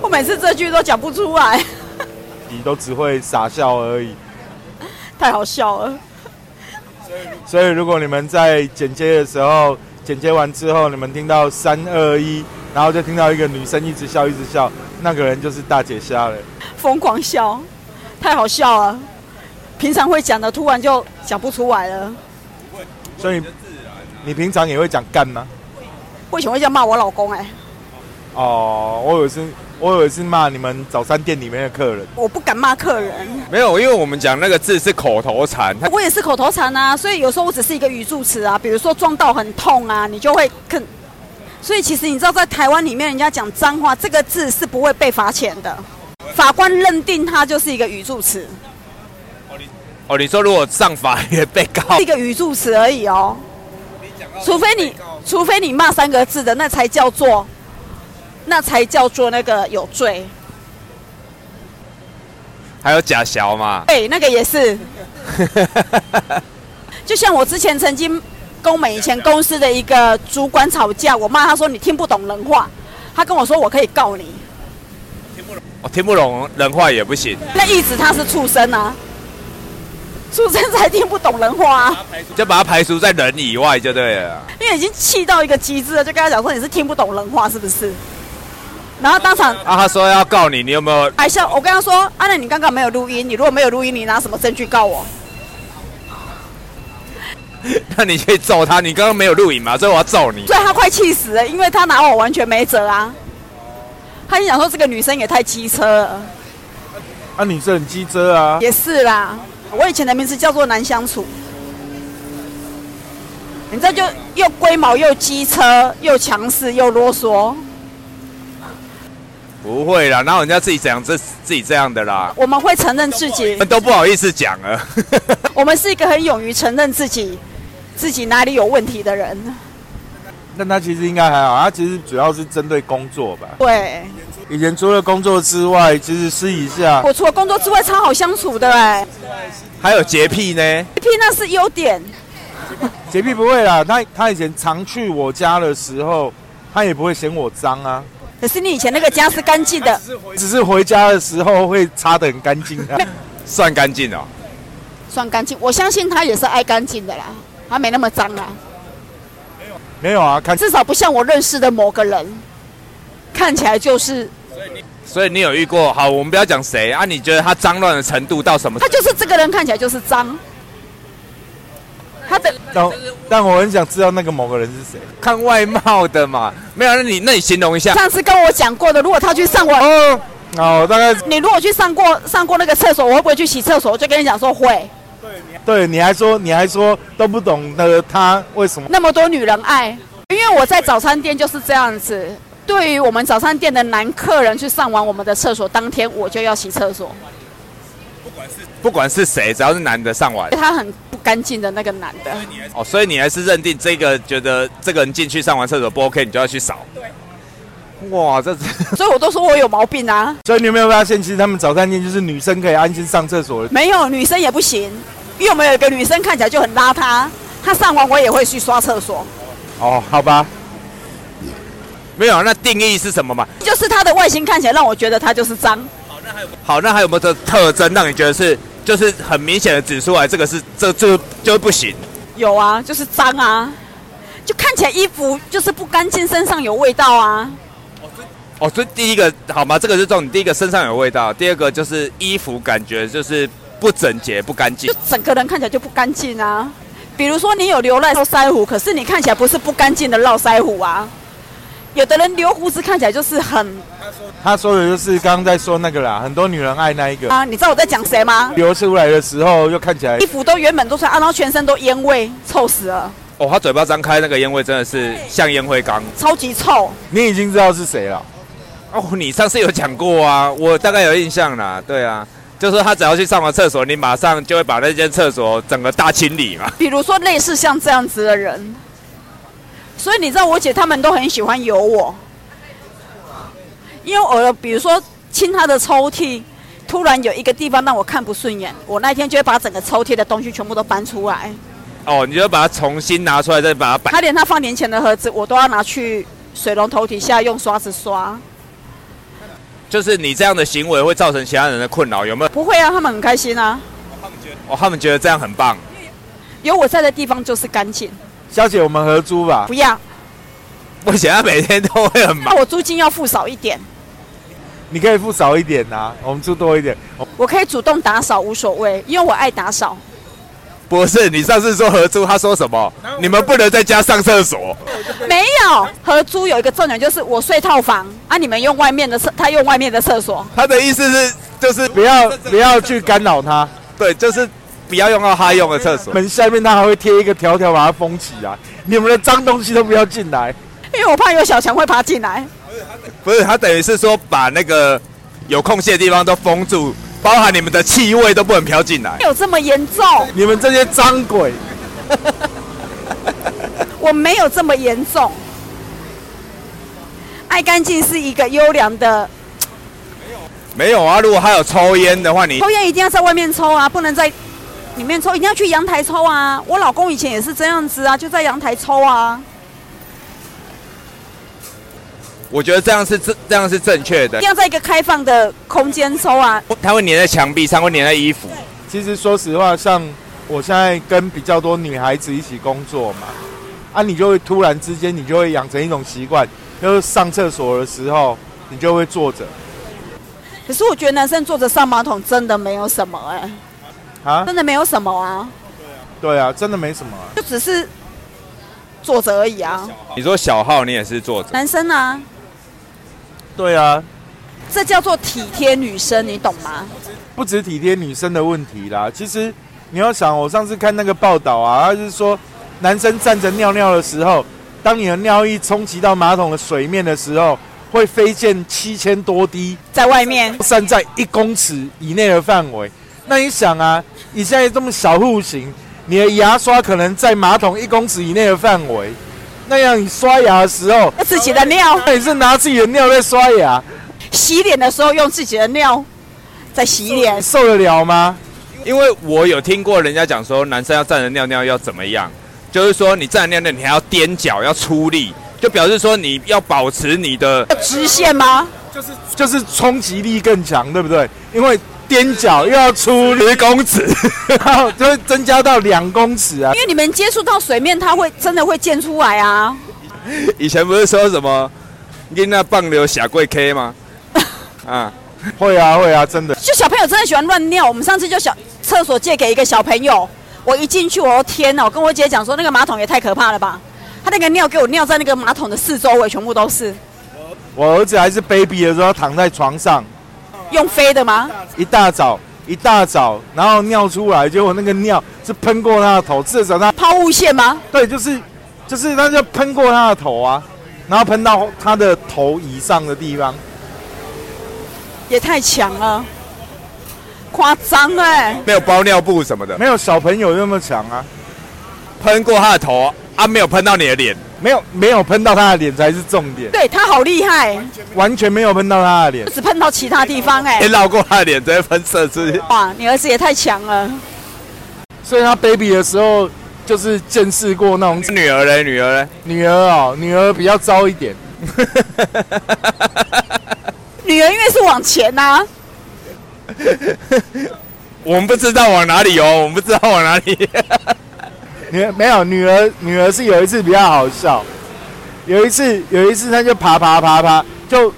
我每次这句都讲不出来， 你都只会傻笑而已。太好笑了。所以如果你们在剪接的时候，剪接完之后，你们听到三二一，然后就听到一个女生一直笑一直笑，那个人就是大姐瞎了。疯狂笑，太好笑了。平常会讲的，突然就讲不出来了。所以你你平常也会讲干吗？我以前会这样骂我老公、哎，哦，我以为是，我以为是骂你们早餐店里面的客人。我不敢骂客人，没有，因为我们讲那个字是口头禅，它我也是口头禅啊，所以有时候我只是一个语助词啊，比如说撞到很痛啊，你就会更。所以其实你知道，在台湾里面，人家讲脏话这个字是不会被罚钱的，法官认定它就是一个语助词，哦，你说如果上法院被告一，个语助词而已哦。除非你，除非你骂三个字的，那才叫做，那才叫做那个有罪。 还有假小嘛，哎、那个也是。就像我之前曾经跟我们以前公司的一个主管吵架，我骂他说你听不懂人话，他跟我说我可以告你，我、哦听不懂人话也不行，那意思他是畜生啊，畜生才听不懂人话、啊，就把它排除在人以外就对了。因为已经气到一个极致了，就跟他讲说你是听不懂人话是不是？然后当场啊，他说要告你，你有没有？ 还笑，我跟他说啊，那你刚刚没有录音，你如果没有录音，你拿什么证据告我？那你可以揍他，你刚刚没有录影嘛，所以我要揍你。所以他快气死了，因为他拿我完全没辙啊。他就想说这个女生也太机车了，啊，女生很机车啊，也是啦。我以前的名字叫做难相处，你这就又龟毛又机车又强势又啰嗦。不会啦，哪有人家自己讲这自己这样的啦，我们会承认自己我，们都不好意思讲了。 我们是一个很勇于承认自己自己哪里有问题的人。但他其实应该还好，他其实主要是针对工作吧。对以前除了工作之外，其实私底下我除了工作之外超好相处的哎、还有洁癖呢，一批那是优点，洁癖不会啦，他他以前常去我家的时候，他也不会嫌我脏啊，可是你以前那个家是干净的，只是回家的时候会擦得很干净 啊。算干净哦。算干净。我相信他也是爱干净的啦，他没那么脏啦。没有啊，看至少不像我认识的某个人，看起来就是所以你有遇过？好，我们不要讲谁啊，你觉得他脏乱的程度到什么他？就是这个人看起来就是脏，他的但但我很想知道那个某个人是谁。看外貌的嘛，没有，那你那你形容一下。上次跟我讲过的，如果他去上我，哦，哦，大 概你如果去上过上过那个厕所，我会不会去洗厕所？我就跟你讲说会，对，你还说你还说都不懂得他为什么那么多女人爱，因为我在早餐店就是这样子。对于我们早餐店的男客人去上完我们的厕所，当天我就要洗厕所。不管是谁，只要是男的上完他很不干净的那个男的，哦，所以你还是认定这个觉得这个人进去上完厕所不 OK，你就要去扫。哇，这所以我都说我有毛病啊。所以你有没有发现，其实他们早餐店就是女生可以安心上厕所的？没有女生也不行，因为我们有一个女生看起来就很邋遢，她上完我也会去刷厕所，哦，好吧，没有，那定义是什么嘛？就是她的外形看起来让我觉得她就是脏，好，那还有没有这特征让你觉得是就是很明显的指出来，这个是这这就不行？有啊，就是脏啊，就看起来衣服就是不干净，身上有味道啊，哦，所以第一个好吗？这个是重点，第一个身上有味道，第二个就是衣服感觉就是不整洁不干净就。整个人看起来就不干净啊。比如说你有留络腮胡，可是你看起来不是不干净的络腮胡啊。有的人留胡子看起来就是很他说的就是刚刚在说那个啦，很多女人爱那一个，啊，你知道我在讲谁吗？流出来的时候又看起 来衣服都原本都穿啊，然后全身都烟味，臭死了，哦，他嘴巴张开那个烟味真的是像烟灰缸。超级臭。你已经知道是谁了。哦，你上次有讲过啊，我大概有印象啦。对啊，就说他只要去上完厕所，你马上就会把那间厕所整个大清理嘛。比如说类似像这样子的人，所以你知道我姐她们都很喜欢有我，因为我比如说清她的抽屉，突然有一个地方让我看不顺眼，我那一天就会把整个抽屉的东西全部都搬出来，哦，你就把它重新拿出来，再把它摆。她连她放年前的盒子我都要拿去水龙头底下用刷子刷，就是你这样的行为会造成其他人的困扰，有没有？不会啊，他们很开心啊，哦，他们觉得这样很棒，有我在的地方就是干净。小姐，我们合租吧不。要，为什么每天都会很忙那？我租金要付少一点，你可以付少一点呐、我们住多一点。我我可以主动打扫无所谓，因为我爱打扫。不是，你上次说合租，他说什么？你们不能在家上厕所。没有合租有一个重点就是我睡套房啊，你们用外面的厕，他用外面的厕所。他的意思是，就是不要不要去干扰他，对，就是不要用到他用的厕所。门下面他还会贴一个条条把它封起来，你们的脏东西都不要进来。因为我怕有小强会爬进来。不是，他等于是说把那个有空隙的地方都封住，包含你们的气味都不能飘进来。有这么严重？你们这些脏鬼，我没有这么严重。爱干净是一个优良的，没有啊，如果他有抽烟的话，你抽烟一定要在外面抽啊，不能在里面抽，一定要去阳台抽啊。我老公以前也是这样子啊，就在阳台抽啊。我觉得这样是正，这样是正确的一定。要在一个开放的空间抽啊。它会粘在墙壁上，会粘在衣服。其实说实话，像我现在跟比较多女孩子一起工作嘛，啊，你就会突然之间，你就会养成一种习惯，就是上厕所的时候，你就会坐着可是我觉得男生坐着上马桶真的没有什么哎、啊。真的没有什么啊，对啊，真的没什么啊、就只是坐着而已啊。你说小号，你也是坐着，男生啊，对啊，这叫做体贴女生，你懂吗？不止体贴女生的问题啦，其实你要想，我上次看那个报道啊，他是说男生站着尿尿的时候，当你的尿液冲击到马桶的水面的时候，会飞溅七千多滴，在外面，散在一公尺以内的范围。那你想啊，你现在这么小户型，你的牙刷可能在马桶一公尺以内的范围，那样你刷牙的时候，自己的尿，那你是拿自己的尿在刷牙，洗脸的时候用自己的尿在洗脸你，受得了吗？因为我有听过人家讲说，男生要站着尿尿要怎么样，就是说你站着尿尿，你还要踮脚，要出力，就表示说你要保持你的直线吗？就是冲击力更强，对不对？因为踮脚又要出 力，十公尺。然后就会增加到两公尺啊。因为你们接触到水面，它会真的会溅出来啊。以前不是说什么你那棒流下跪 K 吗？啊，会啊，会啊，真的。就小朋友真的喜欢乱尿，我们上次就小厕所借给一个小朋友，我一进去，我的天呐！我跟我姐讲说，那个马桶也太可怕了吧。他那个尿给我尿在那个马桶的四周围，全部都是我儿子还是 baby 的时候，躺在床上，用飞的吗？一大早一大早，然后尿出来，结果那个尿是喷过他的头，至少他抛物线吗？对，就是就是他就喷过他的头啊，然后喷到他的头以上的地方。也太强了，夸张哎！没有包尿布什么的，没有小朋友那么强啊，喷过他的头啊，没有喷到你的脸。没有没有喷到他的脸才是重点，对他好厉害，完全没有喷到他的脸。只喷到其他地方哎先！绕过他的脸，直接喷射出去。哇，你儿子也太强了，所以他 baby 的时候就是见识过那种女儿嘞，女儿嘞，女儿哦，女儿比较糟一点，女儿因为是往前呐、啊，我们不知道往哪里游，我们不知道往哪里。 女儿没有女儿，女儿是有一次比较好笑，有一次有一次她就爬爬爬爬，就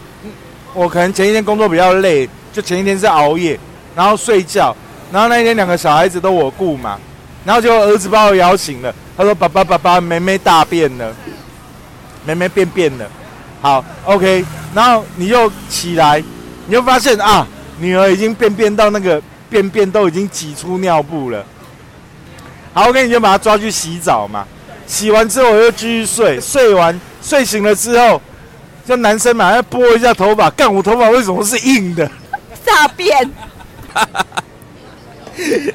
我可能前一天工作比较累，就前一天是熬夜，然后睡觉，然后那一天两个小孩子都我顾嘛，然后结果儿子把我摇醒了，他说爸爸爸爸，妹妹大便了，妹妹便便了，好 OK，然后你又起来，你就发现啊，女儿已经便便到那个便便都已经挤出尿布了。好，OK，你就把他抓去洗澡嘛。洗完之后我就继续睡，睡完睡醒了之后，就男生马上拨一下头发，干我头发为什么是硬的？大便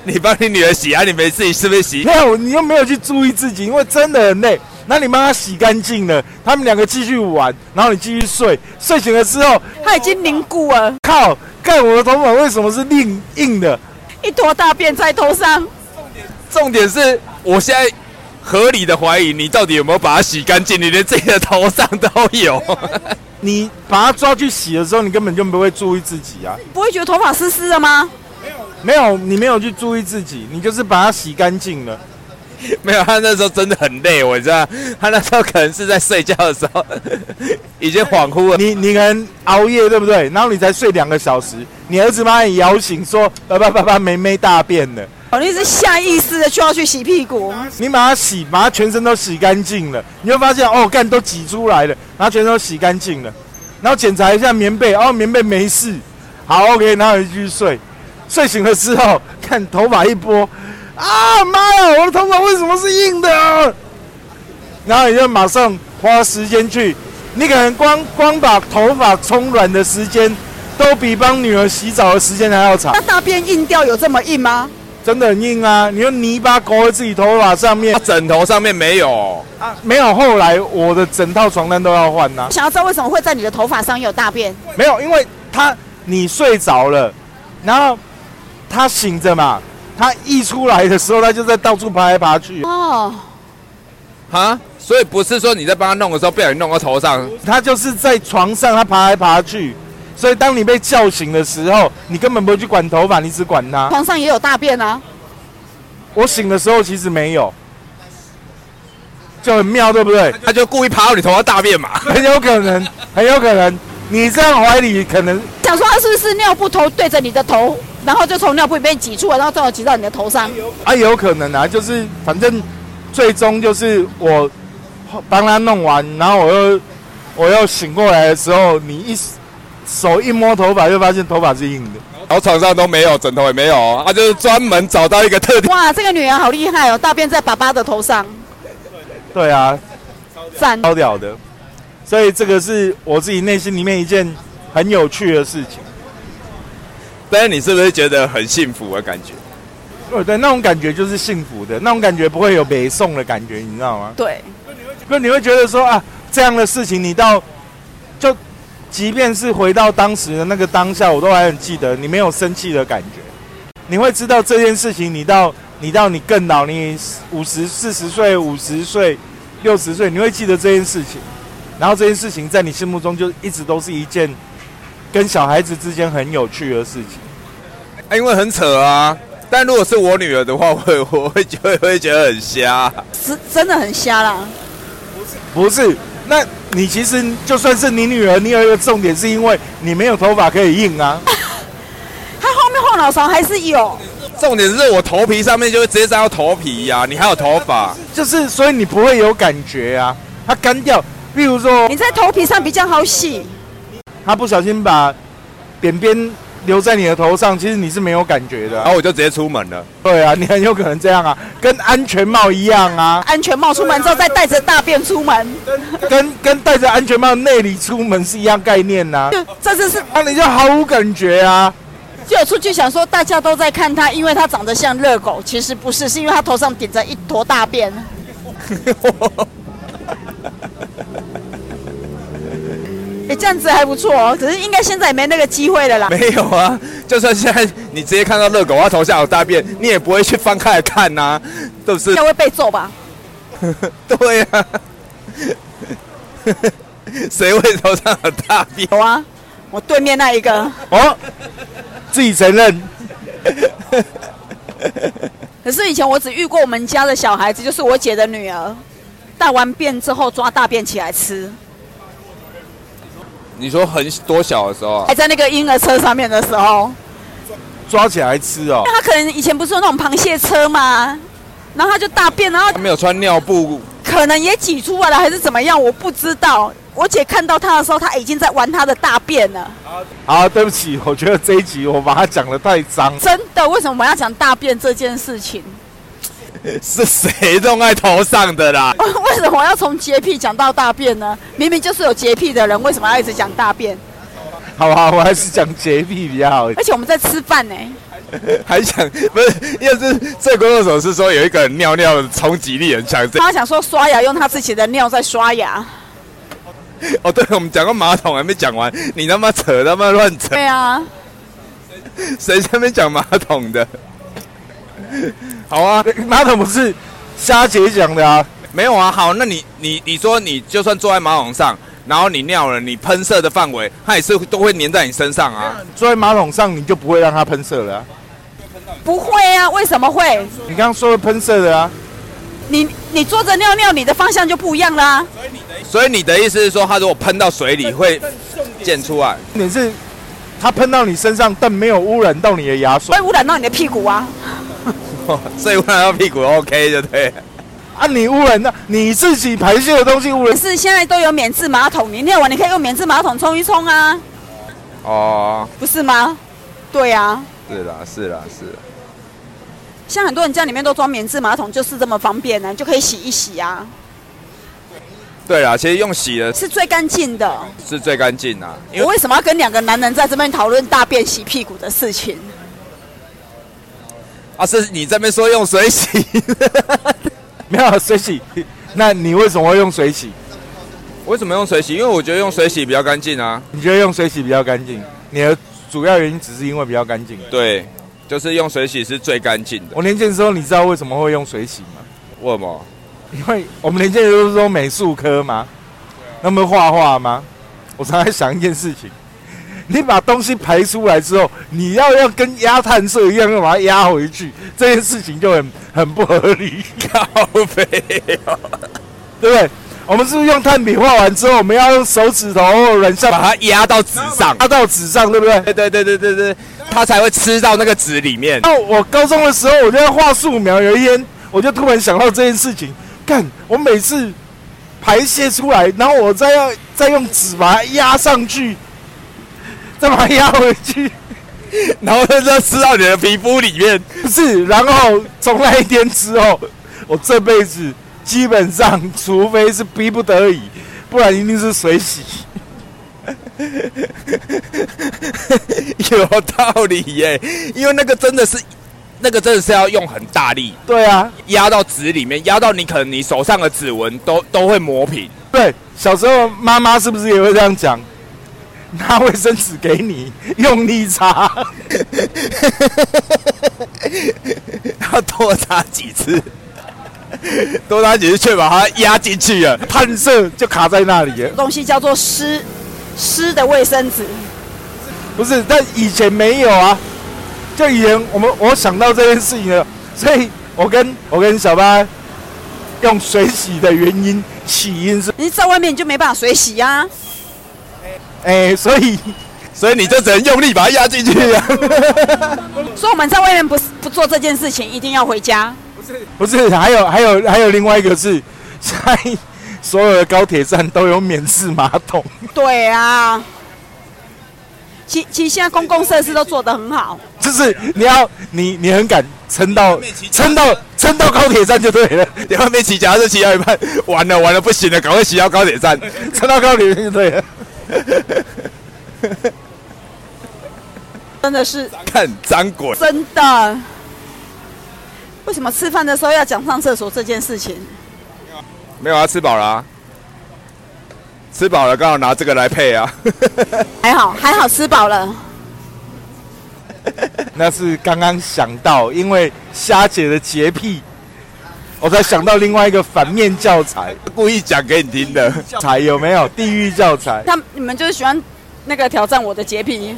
你帮你女儿洗啊，你没自己是不是洗？没有，你又没有去注意自己，因为真的很累。那你帮他洗干净了，他们两个继续玩，然后你继续睡，睡醒了之后，他已经凝固了，靠，干我的头发为什么是硬硬的？一坨大便在头上，重点是我现在合理的怀疑你到底有没有把它洗干净，你连自己的头上都有。 你把它抓去洗的时候，你根本就不会注意自己啊，不会觉得头发湿湿的吗？没有，你没有去注意自己，你就是把它洗干净了。没有，他那时候真的很累，我知道，他那时候可能是在睡觉的时候， 已经恍惚了。你你可能熬夜对不对？然后你才睡两个小时，你儿子把你摇醒说：“爸爸爸爸，妹妹大便了。我的意思，哦下意识的就要去洗屁股。”你把它洗，把它全身都洗干净了，你就发现哦，干都挤出来了，然后全身都洗干净了，然后检查一下棉被，哦，棉被没事，好 OK，然后你继续睡，睡醒了之后看头发一拨，啊妈呀，我的头发为什么是硬的、啊？然后你就马上花时间去，你可能光光把头发冲软的时间，都比帮女儿洗澡的时间还要长那，大便硬掉有这么硬吗？真的很硬啊！你用泥巴勾在自己头发上面他，枕头上面没有，啊，没有，后来我的整套床单都要换呐、想要知道为什么会在你的头发上有大便？没有，因为他你睡着了，然后他醒着嘛，他一出来的时候，他就在到处爬来爬去，哦，哈，所以不是说你在帮他弄的时候不小心弄到头上，他就是在床上他爬来爬去，所以当你被叫醒的时候，你根本不会去管头发，你只管他。床上也有大便啊。我醒的时候其实没有，就很妙，对不对？他就故意爬到你头上大便嘛。很有可能，很有可能，你这样怀里可能想说他啊是不是尿布头对着你的头，然后就从尿布里面挤出来，然后正好挤到你的头上？啊，有可能啊，就是反正最终就是我帮他弄完，然后我又我又醒过来的时候，你一手一摸头发，就发现头发是硬的。然后床上都没有，枕头也没有，他就是专门找到一个特定。哇，这个女人好厉害哦，大便在爸爸的头上，对啊，赞！超屌的。所以这个是我自己内心里面一件很有趣的事情。 但是你是不是觉得很幸福的感觉？对对，那种感觉就是幸福的，那种感觉不会有北宋的感觉，你知道吗？对，那你会觉得说啊，这样的事情你到就，即便是回到当时的那个当下，我都还很记得，你没有生气的感觉，你会知道这件事情，你到你到你更老，你五十四十岁、五十岁、六十岁，你会记得这件事情，然后这件事情在你心目中就一直都是一件跟小孩子之间很有趣的事情。啊因为很扯啊。但如果是我女儿的话，我 会我会觉得会觉得很瞎。是真的很瞎啦。不是，那你其实就算是你女儿，你有一个重点是因为你没有头发可以硬啊。她后面后脑勺还是有，重点是我头皮上面就会直接沾到头皮呀、你还有头发。就是所以你不会有感觉啊，它干掉。例如说，你在头皮上比较好洗，他不小心把扁边留在你的头上，其实你是没有感觉的、啊然后我就直接出门了。对啊，你很有可能这样啊，跟安全帽一样啊，安全帽出门之后再带着大便出门，跟跟戴着安全帽内里出门是一样概念呐、啊。就这次是那你就毫无感觉啊。就有出去想说大家都在看她，因为她长得像热狗，其实不是，是因为她头上顶着一坨大便。哎、这样子还不错哦，只是应该现在也没那个机会了啦。没有啊，就算现在你直接看到热狗，它头下有大便，你也不会去翻开来看呐、都是应该会被揍吧？对呀、啊。 谁会头上有大便？有啊，我对面那一个。哦，自己承认，可是以前我只遇过我们家的小孩子，就是我姐的女儿，大完便之后抓大便起来吃，你说很多小的时候啊，还在那个婴儿车上面的时候，抓起来吃哦。哎那他可能以前不是有那种螃蟹车吗？然后他就大便，然后他没有穿尿布，可能也挤出来了，还是怎么样，我不知道。我姐看到他的时候，他已经在玩他的大便了。好，对不起，我觉得这一集我把它讲的太脏。真的，为什么我们要讲大便这件事情？ 是谁弄在头上的啦？ 为什么要从洁癖讲到大便呢？明明就是有洁癖的人，为什么要一直讲大便？好吧，我还是讲洁癖比较好。而且我们在吃饭呢、还想不是？要是这工作手是说有一个人尿尿的冲击力很强，这他想说刷牙用他自己的尿在刷牙。哦，对，我们讲过马桶还没讲完，你他妈扯他妈乱扯， 对啊，谁在那边讲马桶的？好啊，马桶不是虾姐讲的啊，没有啊，好，那你你你说你就算坐在马桶上，然后你尿了，你喷射的范围，它也是都会粘在你身上啊。坐在马桶上，你就不会让它喷射了啊、不会啊，为什么会？你刚刚说的喷射的啊，你你坐着尿尿，你的方向就不一样啦、所以你的意思是说，它如果喷到水里会溅出来？ 重点是它喷到你身上，但没有污染到你的牙不刷会污染到你的屁股啊。所以闻到屁股 OK 就对了。啊！你污染到你自己排泄的东西污可染，是现在都有免治马桶，你尿完你可以用免治马桶冲一冲啊，哦，不是吗？对啊，是啦，是啦，是啦。像很多人家里面都装免治马桶，就是这么方便呢、你就可以洗一洗啊，对啦，其实用洗的是最干净的。是最干净啊啦，因我为为什么要跟两个男人在这边讨论大便洗屁股的事情？啊是你这边说用水洗， 没有水洗， 那你为什么会用水洗？为什么用水洗？因为我觉得用水洗比较干净啊。你觉得用水洗比较干净？你的主要原因只是因为比较干净。对，就是用水洗是最干净的。我年轻的时候，你知道为什么会用水洗吗？为什么？ 因为我们年轻人都是说美术科嘛，那么画画吗？我常在想一件事情：你把东西排出来之后，你要要跟压碳色一样，要把它压回去，这件事情就很很不合理，靠背、对不对？我们是不是用炭笔画完之后，我们要用手指头或软下把把它压到纸上它。压到纸上，对不对？对对对对对对，它才会吃到那个纸里面。那我高中的时候，我就在画素描，有一天我就突然想到这件事情，干，我每次排泄出来，然后我再要再用纸把它压上去， 再把它压回去，然后它就吃到你的皮肤里面。 不是，然后从那一天之后，我这辈子基本上，除非是逼不得已，不然一定是水洗。有道理耶，因为那个真的是，那个真的是要用很大力对啊，压到纸里面，压到你可能你手上的指纹都都会磨平。对，小时候妈妈是不是也会这样讲？拿卫生纸给你，用力擦。要多擦几次，多擦几次却把它压进去啊了。探射就卡在那里了。东西叫做湿湿的卫生纸，不是，但以前没有啊。就以前我们我想到这件事情了，所以我跟我跟小八用水洗的原因起因是，你在外面你就没办法水洗啊。哎、所以所以你就只能用力把它压进去啊。所以我们在外面不是不做这件事情，一定要回家。不是还有还有还有另外一个是，现在所有的高铁站都有免治马桶，对啊，其其实现在公共设施都做得很好，就是你要你你很敢撑到撑到撑到高铁站就对了，你外面骑脚踏车骑到一半，完了完了不行了，赶快骑到高铁站。撑到高铁站就对了。真的是看脏鬼，真的。为什么吃饭的时候要讲上厕所这件事情？没有啊，吃饱了、啊，吃饱了刚好拿这个来配啊。还好还好吃饱了，那是刚刚想到，因为虾姐的洁癖，我才想到另外一个反面教材，故意讲给你听的。才有没有地狱教材？他你们就是喜欢那个挑战我的洁癖，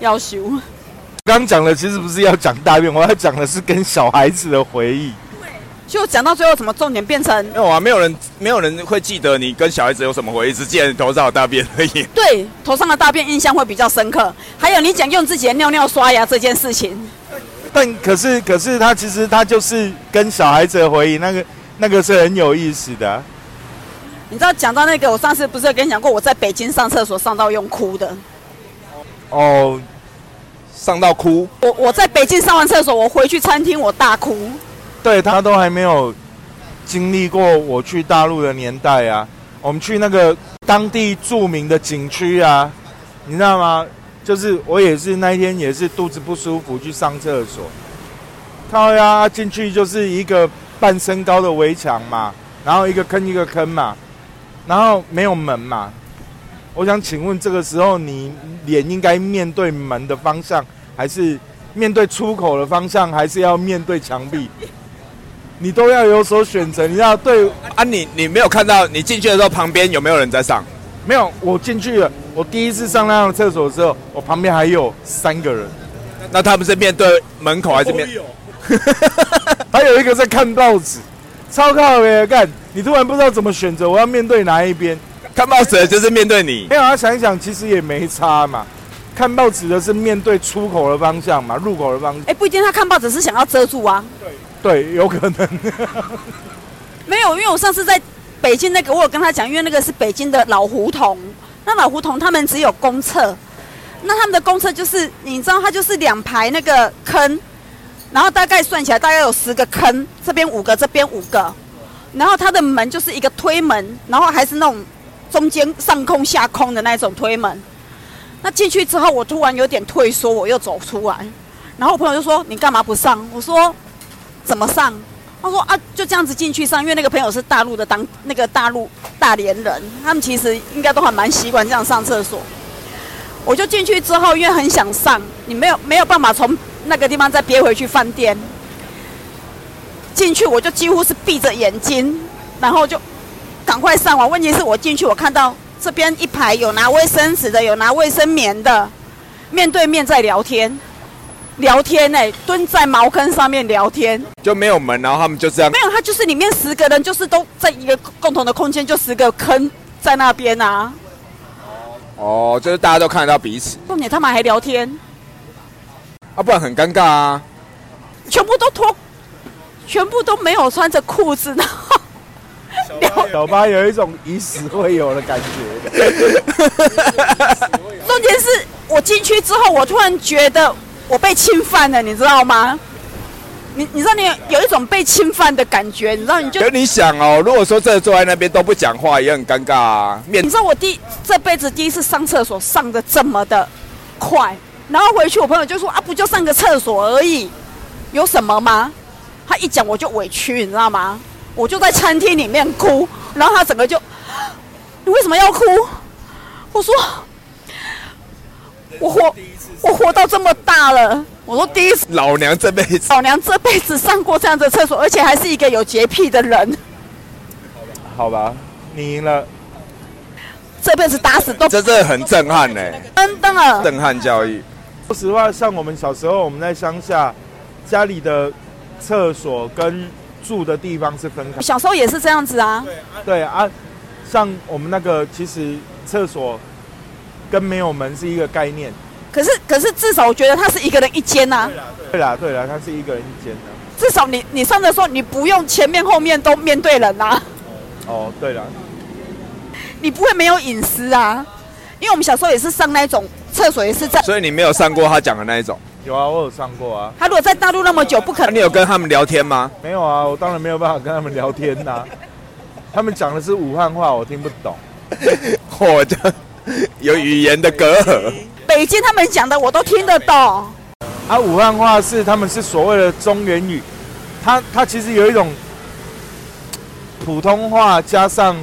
要修。刚讲的其实不是要讲大便，我要讲的是跟小孩子的回忆。就讲到最后，怎么重点变成没有啊，没有人，没有人会记得你跟小孩子有什么回忆，只记得你头上有大便而已。对头上的大便印象会比较深刻？还有你讲用自己的尿尿刷牙这件事情，但可是，可是他其实他就是跟小孩子的回忆，那个那个是很有意思的啊、你知道讲到那个，我上次不是有跟你讲过，我在北京上厕所上到用哭的。哦。上到哭，我我在北京上完厕所，我回去餐厅我大哭。对他都还没有经历过我去大陆的年代啊。我们去那个当地著名的景区啊，你知道吗？就是我也是那一天也是肚子不舒服去上厕所，靠呀进去就是一个半身高的围墙嘛，然后一个坑一个坑嘛，然后没有门嘛。我想请问，这个时候你脸应该面对门的方向，还是面对出口的方向，还是要面对墙壁？你都要有所选择，你要对啊你，你没有看到你进去的时候旁边有没有人在上？没有，我进去了，我第一次上那样的厕所的时候，我旁边还有三个人，那他们是面对门口还是面？ 还有一个在看报纸，超靠北的干，你突然不知道怎么选择，我要面对哪一边。看报纸的就是面对你。没有，他啊想一想，其实也没差嘛。看报纸的是面对出口的方向嘛，入口的方向，哎，不一定，他看报纸是想要遮住啊。对，有可能。 没有，因为我上次在北京那个，我有跟他讲，因为那个是北京的老胡同，那老胡同他们只有公厕，那他们的公厕就是你知道，它就是两排那个坑，然后大概算起来大概有十个坑，这边五个，这边五个，然后它的门就是一个推门，然后还是那种中间上空下空的那种推门。那进去之后，我突然有点退缩，我又走出来，然后我朋友就说：“你干嘛不上？”我说：“怎么上？”他说啊，就这样子进去上，因为那个朋友是大陆的当那个大陆大连人，他们其实应该都还蛮习惯这样上厕所。我就进去之后，因为很想上，你没有没有办法从那个地方再憋回去饭店。进去我就几乎是闭着眼睛，然后就赶快上完。问题是我进去，我看到这边一排有拿卫生纸的，有拿卫生棉的，面对面在聊天，聊天呢、欸蹲在茅坑上面聊天。就没有门，然后他们就这样没。有，他就是里面十个人，就是都在一个共同的空间，就十个坑在那边啊。哦，就是大家都看得到彼此重点他们还聊天，啊，不然很尴尬啊。全部都脱，全部都没有穿着裤子，然后 小巴有一种以死会友的感觉。重点是我进去之后，我突然觉得我被侵犯了，你知道吗？你你知道你有有一种被侵犯的感觉，你知道你就可是你想哦，如果说真的坐在那边都不讲话，也很尴尬啊。面你知道我第这辈子第一次上厕所上的这么的快，然后回去我朋友就说啊，不就上个厕所而已，有什么吗？他一讲我就委屈，你知道吗？我就在餐厅里面哭，然后他整个就，你为什么要哭？我说，我活我活到这么大了，我说第一次老娘这辈子老娘这辈子上过这样的厕所，而且还是一个有洁癖的人，好吧，你赢了。这辈子打死都这真的很震撼呢、真的了。震撼教育。说实话，像我们小时候，我们在乡下，家里的厕所跟住的地方是分开。小时候也是这样子啊。对啊，像我们那个，其实厕所跟没有门是一个概念。可是可是至少我觉得它是一个人一间呐、对啦，对啦，它是一个人一间的。至少你你上的时候你不用前面后面都面对人呐、啊哦，对啦， 你不会没有隐私啊。因为我们小时候也是上那种厕所，也是在所以你没有上过他讲的那一种。啊有啊，我有上过啊。他如果在大陆那么久，不可那、你能。有跟他们聊天吗？ 没有啊，我当然没有办法跟他们聊天呐、他们讲的是武汉话，我听不懂。或者哦有语言的隔阂？北京他们讲的我都听得懂，啊，武汉话是他们是所谓的中原语，它它其实有一种普通话加上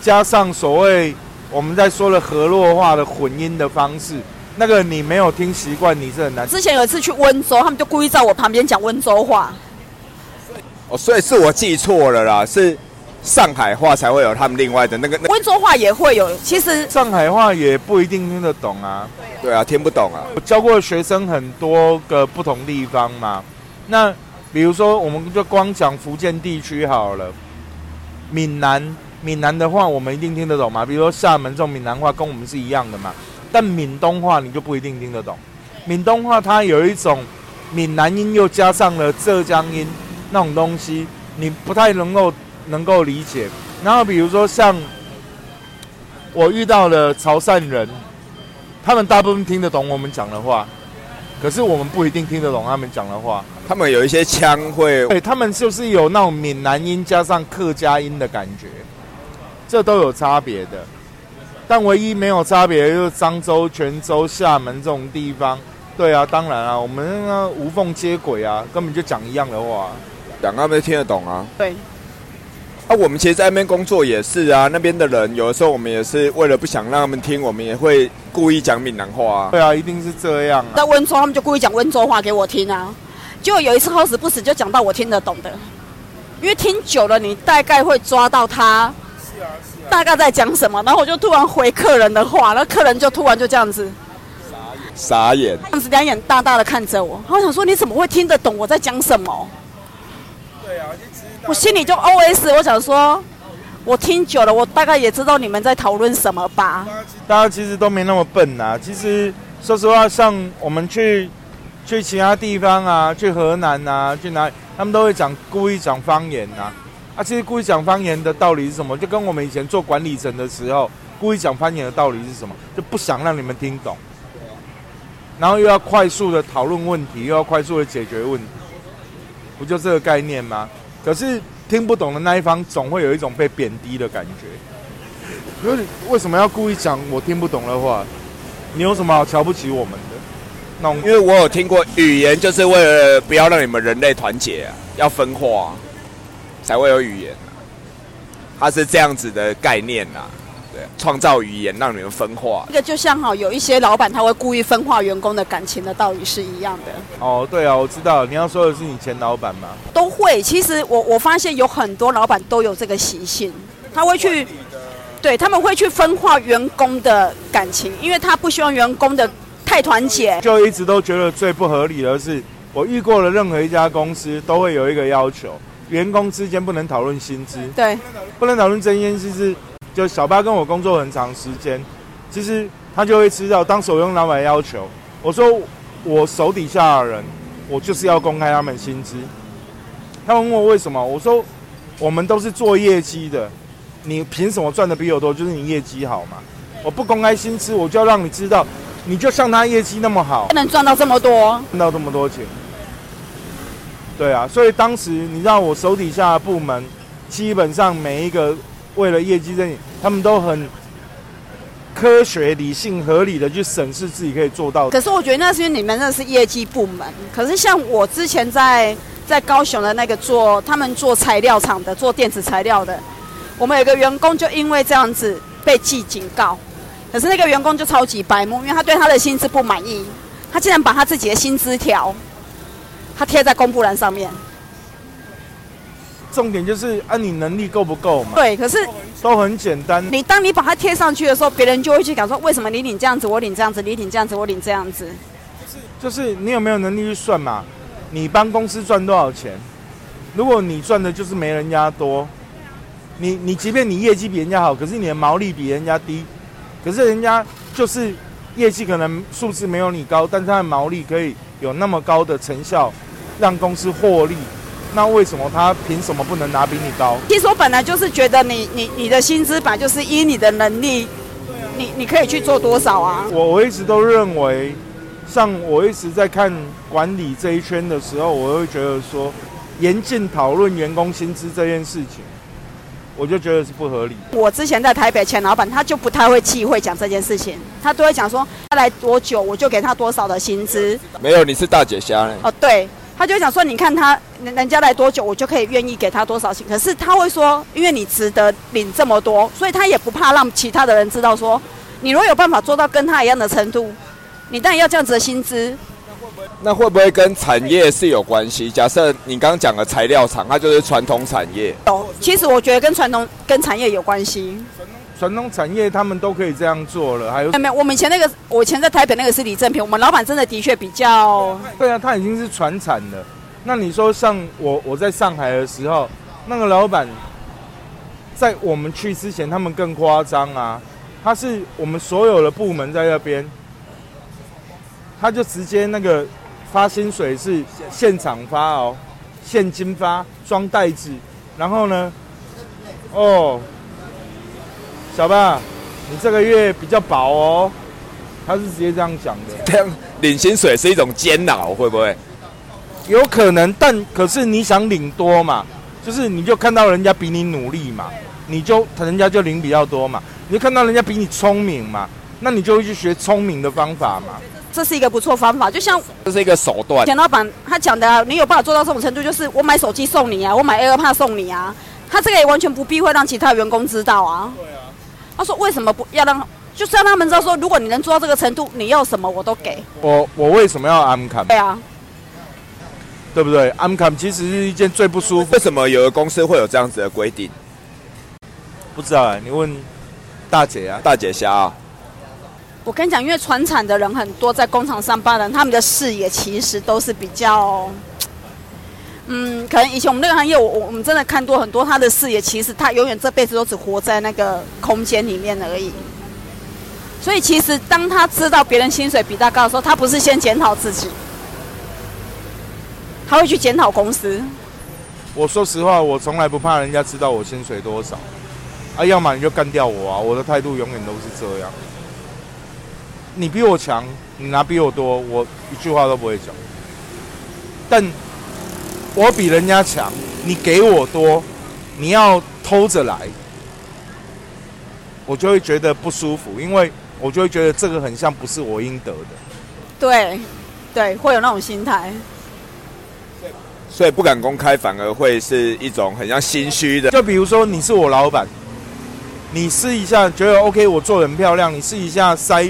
加上所谓我们在说的河洛话的混音的方式，那个你没有听习惯，你是很难。之前有一次去温州，他们就故意在我旁边讲温州话，哦，所以是我记错了啦，是上海话才会有他们另外的那个那温州话也会有。其实上海话也不一定听得懂啊。对啊，听不懂啊。我教过学生很多个不同地方嘛，那比如说我们就光讲福建地区好了，闽南闽南的话我们一定听得懂嘛，比如说厦门这种闽南话跟我们是一样的嘛，但闽东话你就不一定听得懂，闽东话它有一种闽南音又加上了浙江音那种东西，你不太能够能够理解。然后比如说像我遇到了潮汕人。他们大部分听得懂我们讲的话，可是我们不一定听得懂他们讲的话。他们有一些腔会，对他们就是有那种闽南音加上客家音的感觉，这都有差别的。但唯一没有差别的就是漳州、泉州、厦门这种地方。对啊，当然啊，我们呢无缝接轨啊，根本就讲一样的话。讲他们听得懂啊。对，啊，我们其实在那边工作也是啊，那边的人有的时候我们也是为了不想让他们听，我们也会故意讲闽南话啊。对啊，一定是这样啊。在温州他们就故意讲温州话给我听啊。结果有一次好死不死就讲到我听得懂的，因为听久了你大概会抓到他。大概在讲什么，然后我就突然回客人的话，那客人就突然就这样子，傻眼，这样子两眼大大的看着我，然后我想说你怎么会听得懂我在讲什么？对啊，就知我心里就 OS，我想说，我听久了，我大概也知道你们在讨论什么吧。大家其实都没那么笨呐、其实说实话，像我们去去其他地方啊，去河南啊，去哪里，他们都会讲故意讲方言呐、啊。其实故意讲方言的道理是什么？就跟我们以前做管理层的时候，故意讲方言的道理是什么？就不想让你们听懂，然后又要快速的讨论问题，又要快速的解决问题，不就这个概念吗？可是听不懂的那一方，总会有一种被贬低的感觉。可是你为什么要故意讲我听不懂的话？你有什么好瞧不起我们的？那种因为我有听过语言就是为了不要让你们人类团结、啊，要分化啊、才会有语言、啊，它是这样子的概念呐、啊，对，创造语言让你们分化。这个就像哈，有一些老板他会故意分化员工的感情的道理是一样的。哦，对啊，我知道你要说的是你前老板嘛。都会。其实我我发现有很多老板都有这个习性，他会去，对他们会去分化员工的感情，因为他不希望员工的太团结。就一直都觉得最不合理的是，我遇过的任何一家公司都会有一个要求，员工之间不能讨论薪资，对，不能讨论增薪薪资。就小巴跟我工作很长时间，其实他就会知道，当时我用老板要求，我说我手底下的人，我就是要公开他们薪资。他问我为什么，我说我们都是做业绩的，你凭什么赚的比我多？就是你业绩好嘛。我不公开薪资，我就要让你知道，你就像他业绩那么好不，能赚到这么多。赚到这么多钱。对啊，所以当时你知道我手底下的部门，基本上每一个为了业绩这里，他们都很科学、理性、合理的去审视自己可以做到的。可是我觉得那是因为你们那是业绩部门，可是像我之前在在高雄的那个做，他们做材料厂的，做电子材料的，我们有一个员工就因为这样子被记警告，可是那个员工就超级白目，因为他对他的薪资不满意，他竟然把他自己的薪资条，他贴在公布栏上面。重点就是按、你能力够不够嘛，对，可是都很简单。啊你当你把它贴上去的时候，别人就会去讲说，为什么你领这样子，我领这样子，你领这样子，我领这样子。就是你有没有能力去算嘛？你帮公司赚多少钱？如果你赚的就是没人家多，你你即便你业绩比人家好，可是你的毛利比人家低，可是人家就是业绩可能数字没有你高，但是他的毛利可以有那么高的成效，让公司获利，那为什么他凭什么不能拿比你高？其实我本来就是觉得你你你的薪资本来就是依你的能力，你你可以去做多少啊？我我一直都认为，像我一直在看管理这一圈的时候，我会觉得说，严禁讨论员工薪资这件事情，我就觉得是不合理。我之前在台北前老板他就不太会忌讳讲这件事情，他都会讲说他来多久我就给他多少的薪资没有，你是大姐虾呢？哦，对，他就会讲说你看他人人家来多久我就可以愿意给他多少薪，可是他会说因为你值得领这么多，所以他也不怕让其他的人知道说你如果有办法做到跟他一样的程度，你当然要这样子的薪资，那会不会跟产业是有关系？假设你刚刚讲的材料厂，它就是传统产业，有，哦其实我觉得跟传统跟产业有关系。传统产业他们都可以这样做了，还有没有没有，我们以前那个，我以前在台北那个是李正平，我们老板真的的确比较，对啊，他已经是传产了。那你说像我我在上海的时候，那个老板在我们去之前，他们更夸张啊！他是我们所有的部门在那边，他就直接那个发薪水是现场发哦，现金发，装袋子，然后呢，哦，小爸，你这个月比较薄哦，他是直接这样讲的。这样领薪水是一种煎熬，会不会？有可能，但可是你想领多嘛，就是你就看到人家比你努力嘛，你就人家就领比较多嘛，你就看到人家比你聪明嘛，那你就会去学聪明的方法嘛。这是一个不错方法。就像这是一个手段。钱老板他讲的、啊，你有办法做到这种程度，就是我买手机送你啊，我买 AirPod 送你啊，他这个也完全不避讳让其他员工知道啊。对啊。他说为什么不要让，就是要让他们知道说，如果你能做到这个程度，你要什么我都给。我我为什么要 am cam，对啊，对不对？am cam 其实是一件最不舒服。为什么有的公司会有这样子的规定？不知道哎、你问大姐啊。大姐虾啊，我跟你讲，因为船产的人很多，在工厂上班的人，他们的视野其实都是比较，嗯，可能以前我们那个行业，我我我们真的看多很多，他的视野其实他永远这辈子都只活在那个空间里面而已。所以其实当他知道别人薪水比他高的时候，他不是先检讨自己，他会去检讨公司。我说实话，我从来不怕人家知道我薪水多少，啊，要么你就干掉我啊！我的态度永远都是这样。你比我强，你拿比我多，我一句话都不会讲。但我比人家强，你给我多，你要偷着来，我就会觉得不舒服，因为我就会觉得这个很像不是我应得的。对，对，会有那种心态。所以不敢公开，反而会是一种很像心虚的。就比如说你是我老板，你试一下觉得 OK，我做的很漂亮，你试一下塞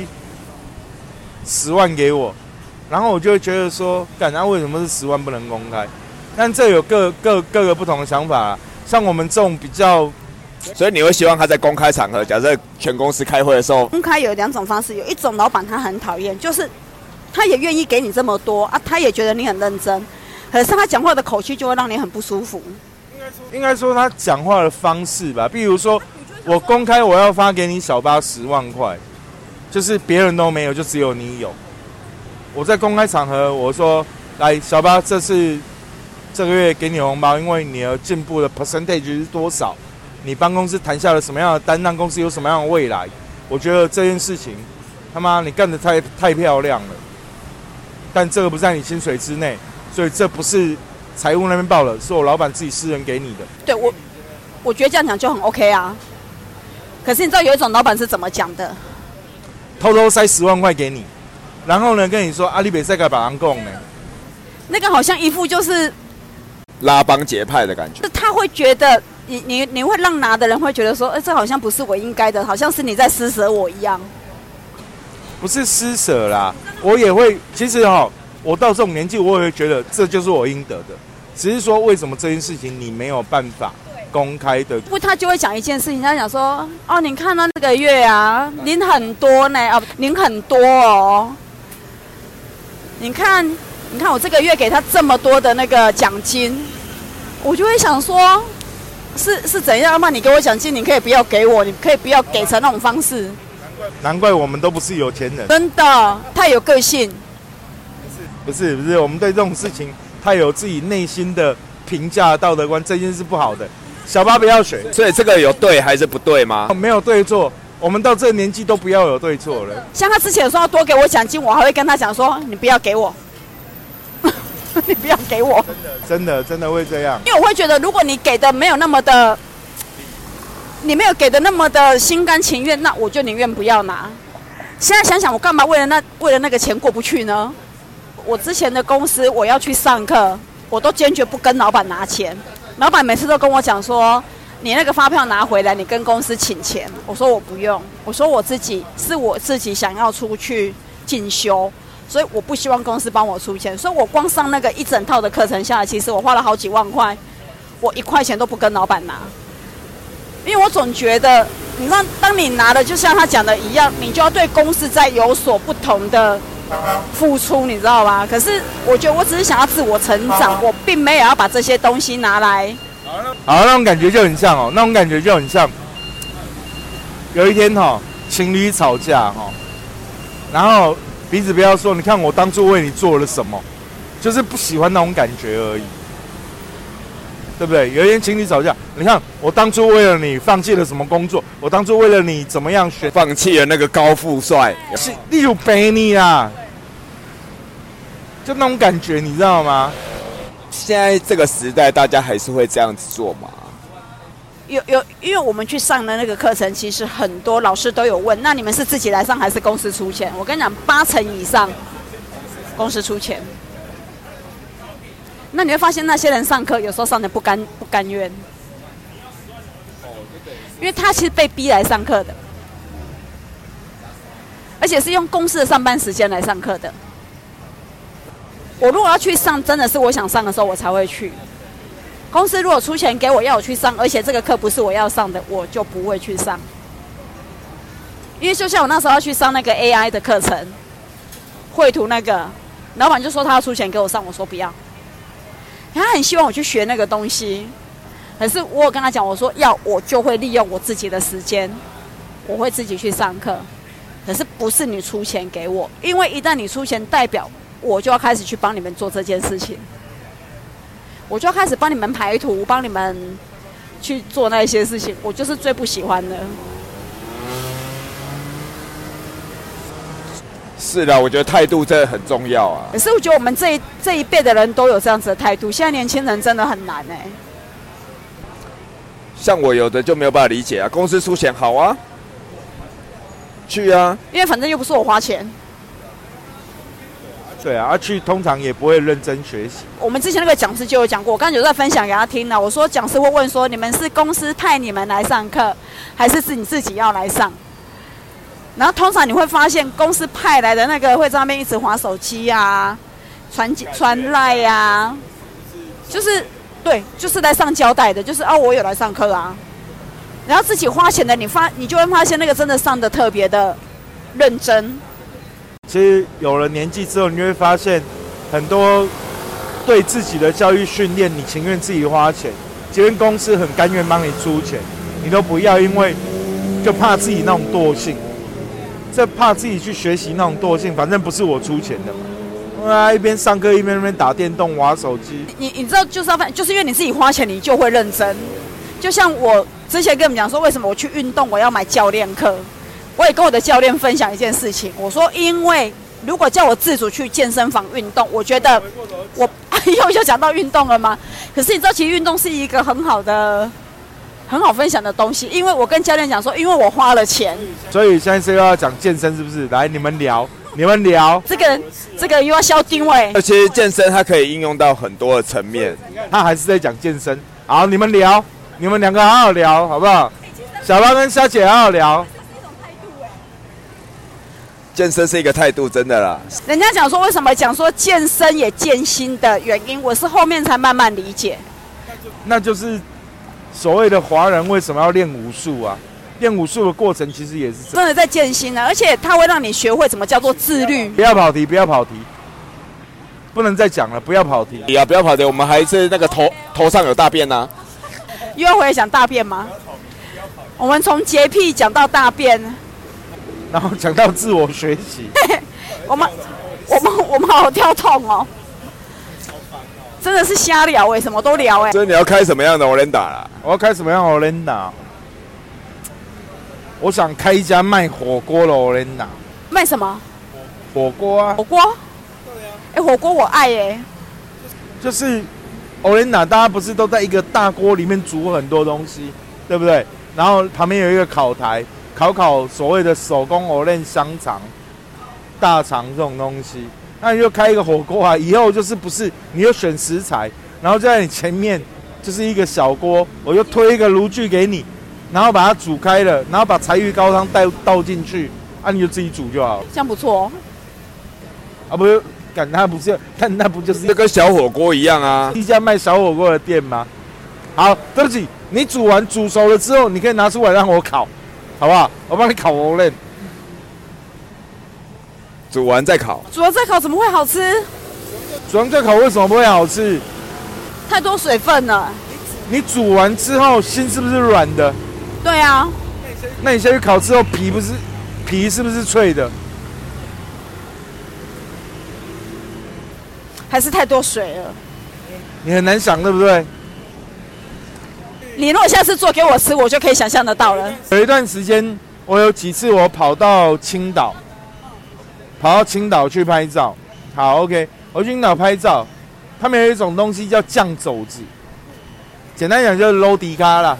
十万给我，然后我就会觉得说，干，那、为什么是十万不能公开？但这有各各各个不同的想法、啊，像我们这种比较所以你会希望他在公开场合，假设全公司开会的时候，公开有两种方式，有一种老板他很讨厌，就是他也愿意给你这么多啊，他也觉得你很认真，可是他讲话的口气就会让你很不舒服。应该说他讲话的方式吧，比如说我公开我要发给你小八十万块，就是别人都没有，就只有你有。我在公开场合我说，来小八，这次这个月给你红包，因为你的进步的 percentage 是多少，你帮公司谈下了什么样的单，让公司有什么样的未来。我觉得这件事情，他妈你干得太太漂亮了，但这个不在你薪水之内，所以这不是财务那边报的，是我老板自己私人给你的。对我，我觉得这样讲就很 OK 啊。可是你知道有一种老板是怎么讲的？偷偷塞十万块给你，然后呢跟你说阿里北塞个把人供呢，那个好像一副就是，拉帮结派的感觉就。他会觉得你你你会让拿的人会觉得说，哎、这好像不是我应该的，好像是你在施舍我一样。不是施舍啦，我也会。其实哈、我到这种年纪，我也会觉得这就是我应得的，只是说为什么这件事情你没有办法公开的。不，他就会讲一件事情，他讲说，哦，你看到那个月啊，您很多呢，哦，您很多哦。你看，你看我这个月给他这么多的那个奖金，我就会想说，是是怎样？要不然你给我奖金，你可以不要给我，你可以不要给成那种方式。难怪我们都不是有钱人，真的太有个性，不是不是，我们对这种事情太有自己内心的评价、道德观，这件事不好的。小八不要学，所以这个有对还是不对吗？没有对错，我们到这个年纪都不要有对错了。像他之前说要多给我奖金，我还会跟他讲说，你不要给我， 你不要给我。真的真的会这样。因为我会觉得，如果你给的没有那么的，你没有给的那么的心甘情愿，那我就宁愿不要拿。现在想想，我干嘛为了那为了那个钱过不去呢？我之前的公司我要去上课，我都坚决不跟老板拿钱。老板每次都跟我讲说，你那个发票拿回来，你跟公司请钱。我说我不用，我说我自己是我自己想要出去进修，所以我不希望公司帮我出钱，所以我光上那个一整套的课程下来，其实我花了好几万块，我一块钱都不跟老板拿，因为我总觉得，你知道，当你拿的就像他讲的一样，你就要对公司在有所不同的付出，你知道吗？可是我觉得我只是想要自我成长，我并没有要把这些东西拿来，好，那种感觉就很像哦，那种感觉就很像。有一天哈、哦，情侣吵架哈、哦，然后彼此不要说，你看我当初为你做了什么，就是不喜欢那种感觉而已，对不对？有一天情侣吵架，你看我当初为了你放弃了什么工作，我当初为了你怎么样选，放弃了那个高富帅，是例如陪你啊，就那种感觉，你知道吗？现在这个时代，大家还是会这样子做嘛？有有，因为我们去上的那个课程，其实很多老师都有问，那你们是自己来上还是公司出钱？我跟你讲，八成以上公司出钱。那你会发现，那些人上课有时候上的不甘不甘愿，因为他其实被逼来上课的，而且是用公司的上班时间来上课的。我如果要去上，真的是我想上的时候我才会去。公司如果出钱给我要我去上，而且这个课不是我要上的，我就不会去上。因为就像我那时候要去上那个 AI 的课程，绘图那个，老板就说他要出钱给我上，我说不要。他很希望我去学那个东西，可是我有跟他讲，我说要我就会利用我自己的时间，我会自己去上课。可是不是你出钱给我，因为一旦你出钱，代表我就要开始去帮你们做这件事情，我就要开始帮你们排图，帮你们去做那些事情，我就是最不喜欢的。是的，我觉得态度真的很重要啊。可是我觉得我们这一这一辈的人都有这样子的态度，现在年轻人真的很难哎、像我有的就没有办法理解啊，公司出钱好啊，去啊，因为反正又不是我花钱。对啊，啊去通常也不会认真学习。我们之前那个讲师就有讲过，我刚才有在分享给他听了。我说讲师会问说，你们是公司派你们来上课，还是是你自己要来上？然后通常你会发现，公司派来的那个会在那边一直划手机啊，传几传赖呀、啊，就是对，就是在上交代的，就是哦、我有来上课啊。然后自己花钱的，你发你就会发现那个真的上的特别的认真，其实有了年纪之后，你会发现很多对自己的教育训练，你情愿自己花钱，即便公司很甘愿帮你出钱，你都不要，因为就怕自己那种惰性，这怕自己去学习那种惰性，反正不是我出钱的嘛。啊，一边上课一边那边打电动、玩手机，你你知道就是要犯，就是因为你自己花钱，你就会认真。就像我之前跟你们讲说，为什么我去运动我要买教练课，我也跟我的教练分享一件事情，我说因为如果叫我自主去健身房运动，我觉得我 又又讲到运动了吗？可是你知道，其实运动是一个很好的、很好分享的东西，因为我跟教练讲说，因为我花了钱，所以现在是要讲健身是不是？来，你们聊，你们聊，这个这个又要消定位而，且健身它可以应用到很多的层面，他还是在讲健身。好，你们聊，你们两个好好聊，好不好？小包跟肖姐好好聊。健身是一个态度，真的啦。人家讲说为什么讲说健身也健心的原因，我是后面才慢慢理解。那就是所谓的华人为什么要练武术啊？练武术的过程其实也是这真样。的在建心呢，啊而且它会让你学会怎么叫做自律。不要跑题，不要跑题，不能再讲了，不要跑题。你啊，不要跑题，我们还是那个头头上有大便啊呐、又要回来讲大便吗？我们从洁癖讲到大便，然后讲到自我学习，我们我们我们好跳痛哦，真的是瞎聊哎、什么都聊哎、所以你要开什么样的 o r e n d a 啦？我要开什么样的 Olenda？我想开一家卖火锅的 Olenda，卖什么火锅啊，火锅？哎、火锅我爱哎、就是 Olenda，大家不是都在一个大锅里面煮很多东西，对不对？然后旁边有一个烤台，烤烤所谓的手工 Olen 香肠、大肠这种东西。那你就开一个火锅啊，以后就是不是你就选食材，然后就在你前面就是一个小锅，我就推一个炉具给你，然后把它煮开了，然后把柴鱼高汤倒倒进去，啊，你就自己煮就好了这样不错哦。啊，不是，干那不是，但那不就是一这跟小火锅一样啊。 一家卖小火锅的店吗？好，对不起，你煮完煮熟了之后，你可以拿出来让我烤，好不好？我帮你烤红嘞。煮完再烤，煮了再烤怎么会好吃？煮完再烤为什么不会好吃？太多水分了。你煮完之后心是不是软的？对啊，那你下去烤之后皮不是皮是不是脆的？还是太多水了。你很难想，对不对？你如果下次做给我吃，我就可以想象得到了。有一段时间，我有几次我跑到青岛，跑到青岛去拍照。好，OK，我去青岛拍照，他们有一种东西叫酱肘子，简单讲就是 low 迪咖啦。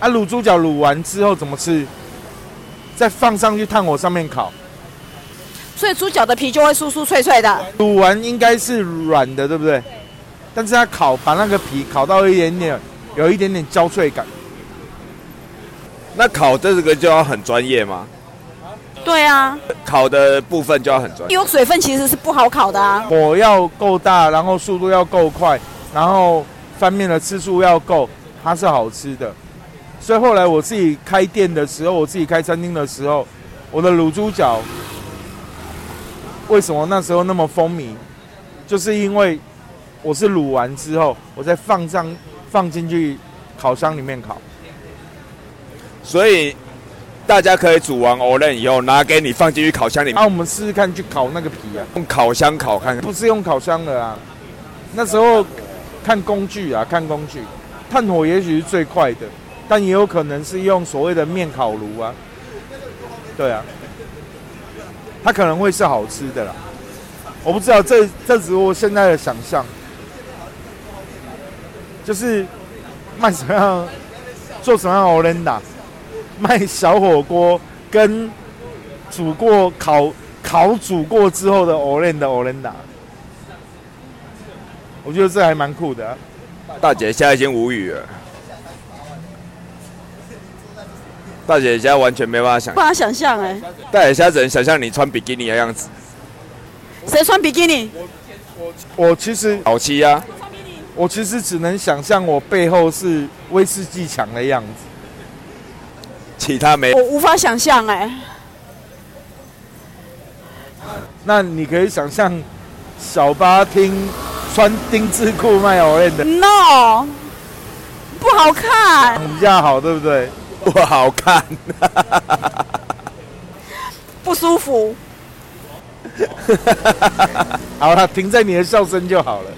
啊，卤猪脚卤完之后怎么吃？再放上去炭火上面烤，所以猪脚的皮就会酥酥脆脆的。卤完应该是软的，对不对？但是它烤把那个皮烤到一点点，有一点点焦脆感。那烤这个就要很专业吗？对啊，烤的部分就要很专业。有水分其实是不好烤的啊。火要够大，然后速度要够快，然后翻面的次数要够，它是好吃的。所以后来我自己开店的时候，我自己开餐厅的时候，我的卤猪脚为什么那时候那么风靡，就是因为我是卤完之后，我再放上放进去烤箱里面烤。所以大家可以煮完藕嫩以后，拿给你放进去烤箱里面，啊，我们试试看去烤那个皮啊，用烤箱烤看看。不是用烤箱的啊。那时候看工具啊，看工具，炭火也许是最快的，但也有可能是用所谓的面烤炉啊。对啊，它可能会是好吃的啦。我不知道，这这只是我现在的想象，就是卖什么样，做什么样 o l e n d a 卖小火锅跟煮过烤烤煮过之后的 o l e n d o l e n d a 我觉得这还蛮酷的啊、大姐现在已经无语了，大姐现在完全没办法想不，然想象哎、大姐现在只能想象你穿比基尼的样子，谁穿比基尼？我其实早期啊，我其实只能想象我背后是威士忌墙的样子，其他没我无法想象哎、那你可以想象小巴厅穿丁字裤卖 o l e n d n o 不好看。比较好，对不对？不好看。不舒服。好了，停在你的笑声就好了。